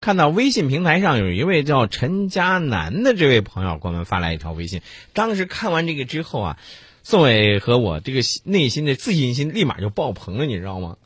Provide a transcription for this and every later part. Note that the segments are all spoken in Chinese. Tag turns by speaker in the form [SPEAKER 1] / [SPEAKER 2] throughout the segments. [SPEAKER 1] 看到微信平台上有一位叫陈佳楠的这位朋友给我们发来一条微信，当时看完这个之后啊，宋伟和我这个内心的自信心立马就爆棚了，你知道吗？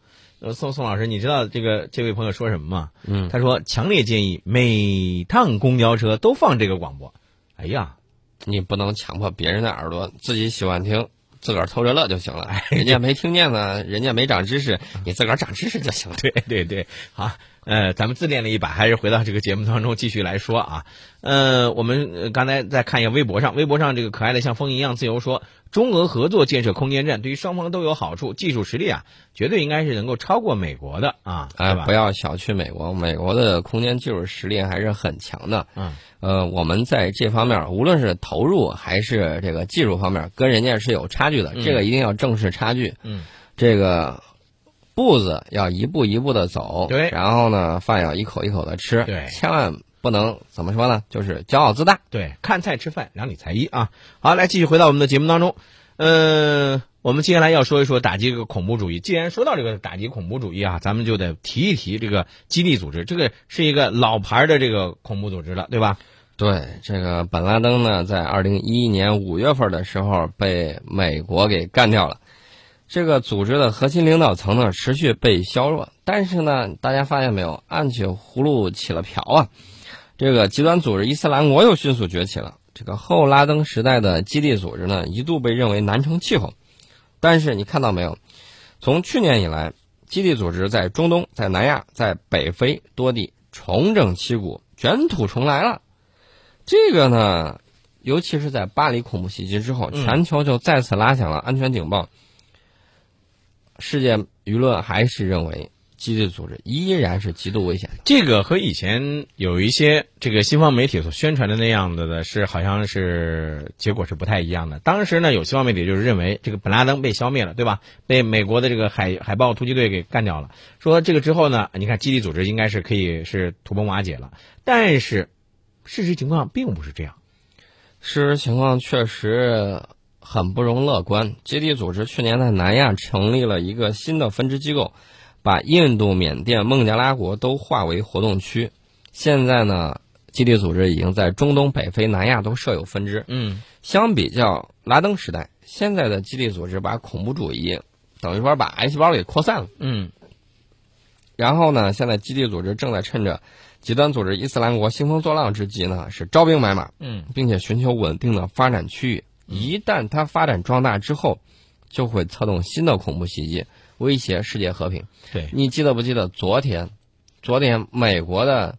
[SPEAKER 1] 呃，宋宋老师，你知道这个这位朋友说什么吗？
[SPEAKER 2] 嗯，
[SPEAKER 1] 他说强烈建议每趟公交车都放这个广播。哎呀，
[SPEAKER 2] 你不能强迫别人的耳朵，自己喜欢听，自个儿偷着乐就行了。人家没听见呢，人家没长知识，你自个儿长知识就行了。
[SPEAKER 1] 对对对，好，呃，咱们自恋了一把，还是回到这个节目当中继续来说啊。呃，我们呃刚才再看一下微博上，微博上这个可爱的像风一样自由说，中俄合作建设空间站对于双方都有好处，技术实力啊，绝对应该是能够超过美国的啊，
[SPEAKER 2] 哎，
[SPEAKER 1] 对吧
[SPEAKER 2] 不？要小觑美国，美国的空间技术实力还是很强的。
[SPEAKER 1] 嗯，
[SPEAKER 2] 呃，我们在这方面，无论是投入还是这个技术方面，跟人家是有差距的。
[SPEAKER 1] 嗯
[SPEAKER 2] 这个一定要正视差距。
[SPEAKER 1] 嗯，
[SPEAKER 2] 这个步子要一步一步的走，
[SPEAKER 1] 对
[SPEAKER 2] 然后呢，饭要一口一口的吃，
[SPEAKER 1] 对
[SPEAKER 2] 千万不能怎么说呢，就是骄傲自大。
[SPEAKER 1] 对，看菜吃饭，量体裁衣啊。好，来继续回到我们的节目当中。呃，我们接下来要说一说打击这个恐怖主义。既然说到这个打击恐怖主义啊，咱们就得提一提这个基地组织，这个是一个老牌的这个恐怖组织了，对吧？
[SPEAKER 2] 对，这个本拉登呢，在二零一一年五月份的时候被美国给干掉了。这个组织的核心领导层呢，持续被削弱，但是呢，大家发现没有，暗起葫芦起了瓢啊！这个极端组织伊斯兰国又迅速崛起了。这个后拉登时代的基地组织呢，一度被认为难成气候，但是你看到没有？从去年以来，基地组织在中东、在南亚、在北非多地重整旗鼓，卷土重来了。这个呢，尤其是在巴黎恐怖袭击之后，
[SPEAKER 1] 嗯
[SPEAKER 2] 全球就再次拉响了安全警报。世界舆论还是认为基地组织依然是极度危险的。
[SPEAKER 1] 这个和以前有一些这个西方媒体所宣传的那样子的是，好像是结果是不太一样的。当时呢，有西方媒体就是认为这个本拉登被消灭了，对吧？被美国的这个海海豹突击队给干掉了。说这个之后呢，你看基地组织应该是可以是土崩瓦解了。但是，事实情况并不是这样。
[SPEAKER 2] 事实情况确实很不容乐观。基地组织去年在南亚成立了一个新的分支机构，把印度、缅甸、孟加拉国都划为活动区。现在呢，基地组织已经在中东、北非、南亚都设有分支。
[SPEAKER 1] 嗯，
[SPEAKER 2] 相比较拉登时代，现在的基地组织把恐怖主义等于说把癌细胞给扩散了。
[SPEAKER 1] 嗯，
[SPEAKER 2] 然后呢，现在基地组织正在趁着极端组织伊斯兰国兴风作浪之际呢，是招兵买马，
[SPEAKER 1] 嗯，
[SPEAKER 2] 并且寻求稳定的发展区域。一旦它发展壮大之后，就会策动新的恐怖袭击，威胁世界和平。
[SPEAKER 1] 对，
[SPEAKER 2] 你记得不记得昨天？昨天美国的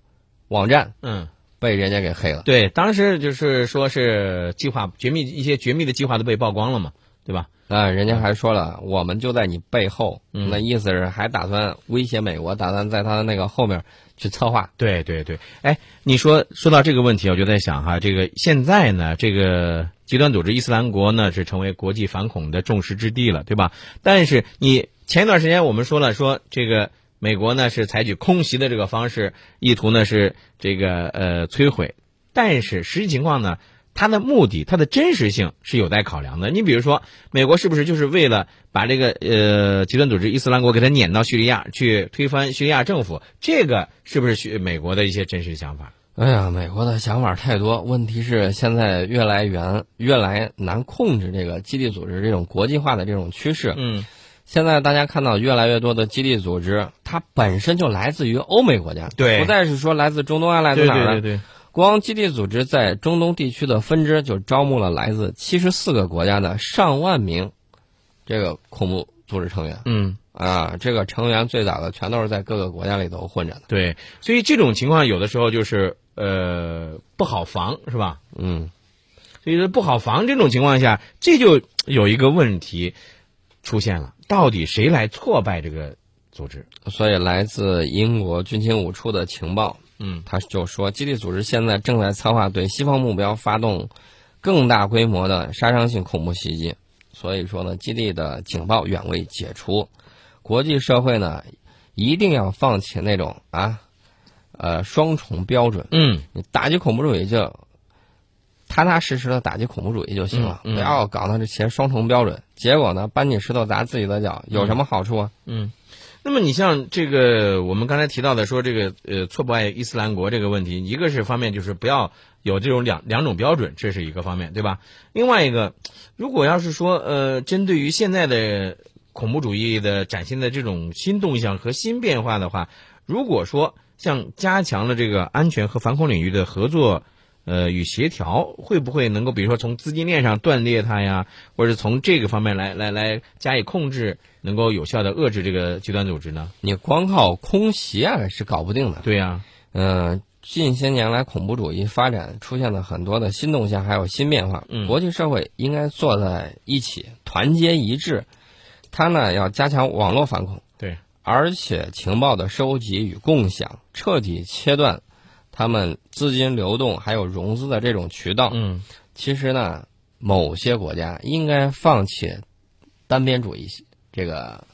[SPEAKER 2] 网站
[SPEAKER 1] 嗯。
[SPEAKER 2] 被人家给黑了。
[SPEAKER 1] 对，当时就是说是计划绝密一些绝密的计划都被曝光了嘛，对吧？
[SPEAKER 2] 啊、人家还说了，我们就在你背后，那意思是还打算威胁美国，打算在他的那个后面去策划。
[SPEAKER 1] 对对对，哎，你说说到这个问题，我就在想哈，这个现在呢，这个极端组织伊斯兰国呢是成为国际反恐的众矢之的了，对吧？但是你前一段时间我们说了，说这个美国呢是采取空袭的这个方式，意图呢是这个呃摧毁，但是实际情况呢，它的目的、它的真实性是有待考量的。你比如说，美国是不是就是为了把这个呃极端组织伊斯兰国给它撵到叙利亚去推翻叙利亚政府？这个是不是叙美国的一些真实想法？
[SPEAKER 2] 哎呀，美国的想法太多，问题是现在越来越越来难控制这个基地组织这种国际化的这种趋势。
[SPEAKER 1] 嗯，
[SPEAKER 2] 现在大家看到越来越多的基地组织，它本身就来自于欧美国家，
[SPEAKER 1] 对
[SPEAKER 2] 不再是说来自中东啊，来自
[SPEAKER 1] 对
[SPEAKER 2] 哪儿
[SPEAKER 1] 对
[SPEAKER 2] 了
[SPEAKER 1] 对。对，
[SPEAKER 2] 光基地组织在中东地区的分支就招募了来自七十四个国家的上万名这个恐怖组织成员
[SPEAKER 1] 嗯。
[SPEAKER 2] 啊，这个成员最早的全都是在各个国家里头混着的。
[SPEAKER 1] 对，所以这种情况有的时候就是呃不好防，是吧？
[SPEAKER 2] 嗯，
[SPEAKER 1] 所以说不好防这种情况下，这就有一个问题出现了：到底谁来挫败这个组织？
[SPEAKER 2] 所以来自英国军情五处的情报，
[SPEAKER 1] 嗯，
[SPEAKER 2] 他就说基地组织现在正在策划对西方目标发动更大规模的杀伤性恐怖袭击。所以说呢，基地的警报远未解除，国际社会呢一定要放弃那种啊，呃双重标准，
[SPEAKER 1] 嗯，
[SPEAKER 2] 你打击恐怖主义就。踏踏实实的打击恐怖主义就行了，
[SPEAKER 1] 嗯嗯
[SPEAKER 2] 不要搞到这些双重标准。结果呢，搬起石头砸自己的脚，有什么好处啊？
[SPEAKER 1] 嗯，那么你像这个我们刚才提到的说这个呃错不爱伊斯兰国这个问题，一个是方面就是不要有这种两两种标准，这是一个方面，对吧？另外一个，如果要是说呃针对于现在的恐怖主义的展现的这种新动向和新变化的话，如果说像加强了这个安全和反恐领域的合作。呃，与协调会不会能够，比如说从资金链上断裂它呀，或者从这个方面来来来加以控制，能够有效的遏制这个极端组织呢？
[SPEAKER 2] 你光靠空袭啊是搞不定的。
[SPEAKER 1] 对呀、
[SPEAKER 2] 嗯、近些年来恐怖主义发展出现了很多的新动向，还有新变化。
[SPEAKER 1] 嗯
[SPEAKER 2] 国际社会应该坐在一起，团结一致。它呢要加强网络反恐，
[SPEAKER 1] 对，
[SPEAKER 2] 而且情报的收集与共享，彻底切断他们资金流动还有融资的这种渠道。
[SPEAKER 1] 嗯
[SPEAKER 2] 其实呢，某些国家应该放弃单边主义这个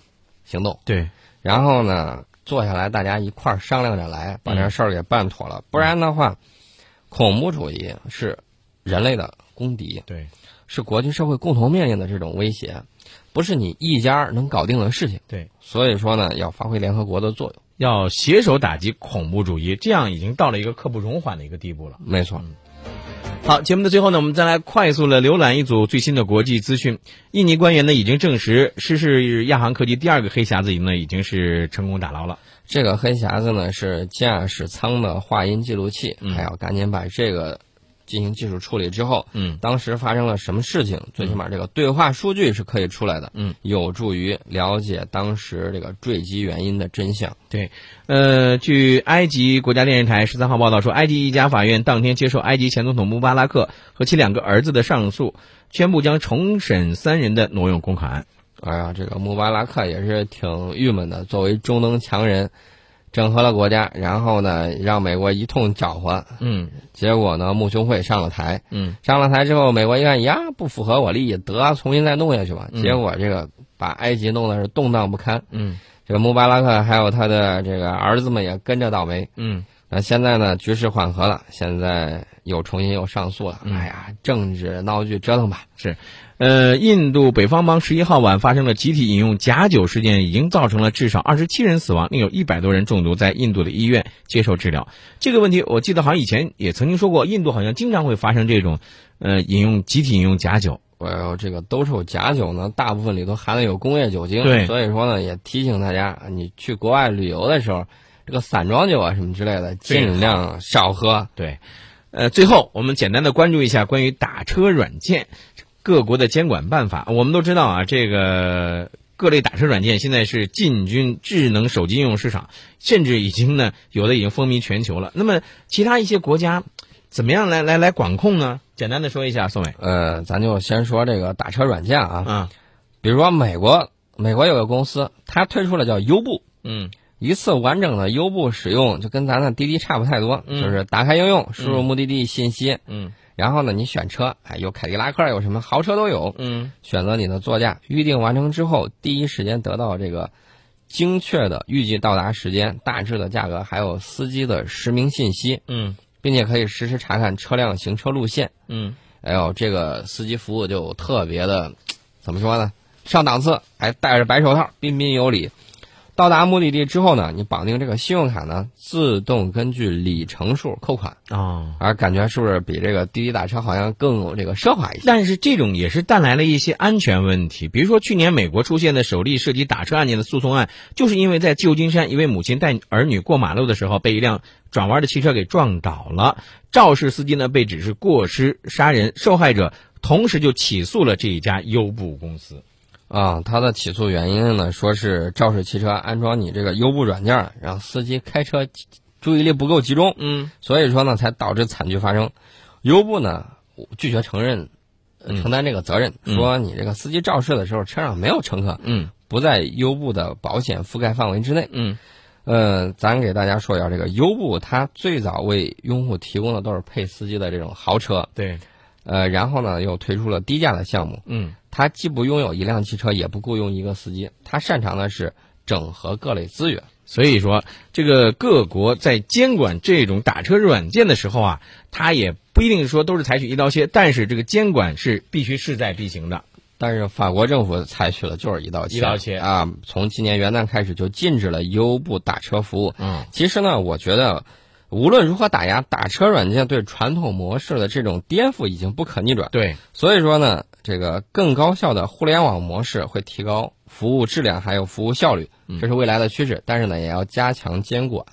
[SPEAKER 2] 行动，
[SPEAKER 1] 对，
[SPEAKER 2] 然后呢，坐下来大家一块儿商量着来，把这事儿给办妥了。不然的话，恐怖主义是人类的公敌，
[SPEAKER 1] 对，
[SPEAKER 2] 是国际社会共同面临的这种威胁，不是你一家能搞定的事情。
[SPEAKER 1] 对，
[SPEAKER 2] 所以说呢，要发挥联合国的作用。
[SPEAKER 1] 要携手打击恐怖主义，这样已经到了一个刻不容缓的一个地步了。
[SPEAKER 2] 没错。
[SPEAKER 1] 好，节目的最后呢，我们再来快速的浏览一组最新的国际资讯。印尼官员呢已经证实，失事亚航客机第二个黑匣子呢已经是成功打捞了。
[SPEAKER 2] 这个黑匣子呢是驾驶舱的话音记录器，
[SPEAKER 1] 嗯
[SPEAKER 2] 还要赶紧把这个进行技术处理之后，
[SPEAKER 1] 嗯
[SPEAKER 2] 当时发生了什么事情，最起码这个对话数据是可以出来的，
[SPEAKER 1] 嗯，
[SPEAKER 2] 有助于了解当时这个坠机原因的真相。
[SPEAKER 1] 对，呃，据埃及国家电视台十三号报道说，埃及一家法院当天接受埃及前总统穆巴拉克和其两个儿子的上诉，宣布将重审三人的挪用公款案。
[SPEAKER 2] 哎呀，这个穆巴拉克也是挺郁闷的，作为中东强人，整合了国家，然后呢让美国一通搅和，
[SPEAKER 1] 嗯
[SPEAKER 2] 结果呢穆兄会上了台，
[SPEAKER 1] 嗯，
[SPEAKER 2] 上了台之后，美国一看呀，不符合我利益，得啊重新再弄下去吧。
[SPEAKER 1] 嗯
[SPEAKER 2] 结果这个把埃及弄得是动荡不堪，
[SPEAKER 1] 嗯
[SPEAKER 2] 这个穆巴拉克还有他的这个儿子们也跟着倒霉。
[SPEAKER 1] 嗯，
[SPEAKER 2] 那现在呢，局势缓和了，现在又重新又上诉了。
[SPEAKER 1] 嗯
[SPEAKER 2] 哎呀，政治闹剧折腾吧。
[SPEAKER 1] 呃，印度北方邦十一号晚发生了集体饮用假酒事件，已经造成了至少二十七人死亡，另有一百多人中毒，在印度的医院接受治疗。这个问题我记得好像以前也曾经说过，印度好像经常会发生这种，呃，饮用集体饮用假酒。
[SPEAKER 2] 我有这个兜售假酒呢，大部分里头含的有工业酒精，
[SPEAKER 1] 对
[SPEAKER 2] 所以说呢，也提醒大家，你去国外旅游的时候，这个散装酒啊什么之类的，
[SPEAKER 1] 最好
[SPEAKER 2] 尽量少喝。
[SPEAKER 1] 对，呃，最后我们简单的关注一下关于打车软件各国的监管办法。我们都知道啊，这个各类打车软件现在是进军智能手机应用市场，甚至已经呢有的已经风靡全球了。那么其他一些国家怎么样来来来管控呢？简单的说一下，宋伟
[SPEAKER 2] 呃，咱就先说这个打车软件啊，
[SPEAKER 1] 啊，
[SPEAKER 2] 比如说美国，美国有个公司，它推出了叫优步，
[SPEAKER 1] 嗯
[SPEAKER 2] 一次完整的优步使用就跟咱的滴滴差不太多，
[SPEAKER 1] 嗯
[SPEAKER 2] 就是打开应用，输入目的地信息，
[SPEAKER 1] 嗯
[SPEAKER 2] 然后呢你选车，哎，有凯迪拉克，有什么豪车都有，
[SPEAKER 1] 嗯
[SPEAKER 2] 选择你的座驾，预定完成之后，第一时间得到这个精确的预计到达时间、大致的价格，还有司机的实名信息，
[SPEAKER 1] 嗯
[SPEAKER 2] 并且可以实时查看车辆行车路线。
[SPEAKER 1] 嗯
[SPEAKER 2] 哎呦，这个司机服务就特别的，怎么说呢？上档次，还戴着白手套，彬彬有礼。到达目的地之后呢，你绑定这个信用卡呢，自动根据里程数扣款，
[SPEAKER 1] 哦。
[SPEAKER 2] 而感觉是不是比这个滴滴打车好像更有这个奢华一些？
[SPEAKER 1] 但是这种也是带来了一些安全问题，比如说去年美国出现的首例涉及打车案件的诉讼案，就是因为在旧金山，一位母亲带儿女过马路的时候被一辆转弯的汽车给撞倒了，肇事司机呢被指是过失杀人，受害者同时就起诉了这一家优步公司。
[SPEAKER 2] 啊，他的起诉原因呢，说是肇事汽车安装你这个优步软件，让司机开车注意力不够集中，
[SPEAKER 1] 嗯
[SPEAKER 2] 所以说呢，才导致惨剧发生。优步呢拒绝承认、呃
[SPEAKER 1] 嗯
[SPEAKER 2] 承担这个责任，
[SPEAKER 1] 嗯
[SPEAKER 2] 说你这个司机肇事的时候车上没有乘客，
[SPEAKER 1] 嗯
[SPEAKER 2] 不在优步的保险覆盖范围之内。
[SPEAKER 1] 嗯
[SPEAKER 2] 呃，咱给大家说一下，这个优步它最早为用户提供的都是配司机的这种豪车，
[SPEAKER 1] 对，
[SPEAKER 2] 呃，然后呢又推出了低价的项目。
[SPEAKER 1] 嗯
[SPEAKER 2] 它既不拥有一辆汽车，也不雇佣一个司机，它擅长的是整合各类资源，
[SPEAKER 1] 所以说，这个各国在监管这种打车软件的时候啊，它也不一定说都是采取一刀切，但是这个监管是必须势在必行的。
[SPEAKER 2] 但是法国政府采取了就是一刀切，
[SPEAKER 1] 一刀切
[SPEAKER 2] 啊！从今年元旦开始就禁止了优步打车服务。
[SPEAKER 1] 嗯，
[SPEAKER 2] 其实呢，我觉得无论如何打压打车软件对传统模式的这种颠覆已经不可逆转，
[SPEAKER 1] 对，
[SPEAKER 2] 所以说呢，这个更高效的互联网模式会
[SPEAKER 1] 嗯
[SPEAKER 2] 提高服务质量还有服务效率，这是未来的趋势。但是呢，也要加强监管。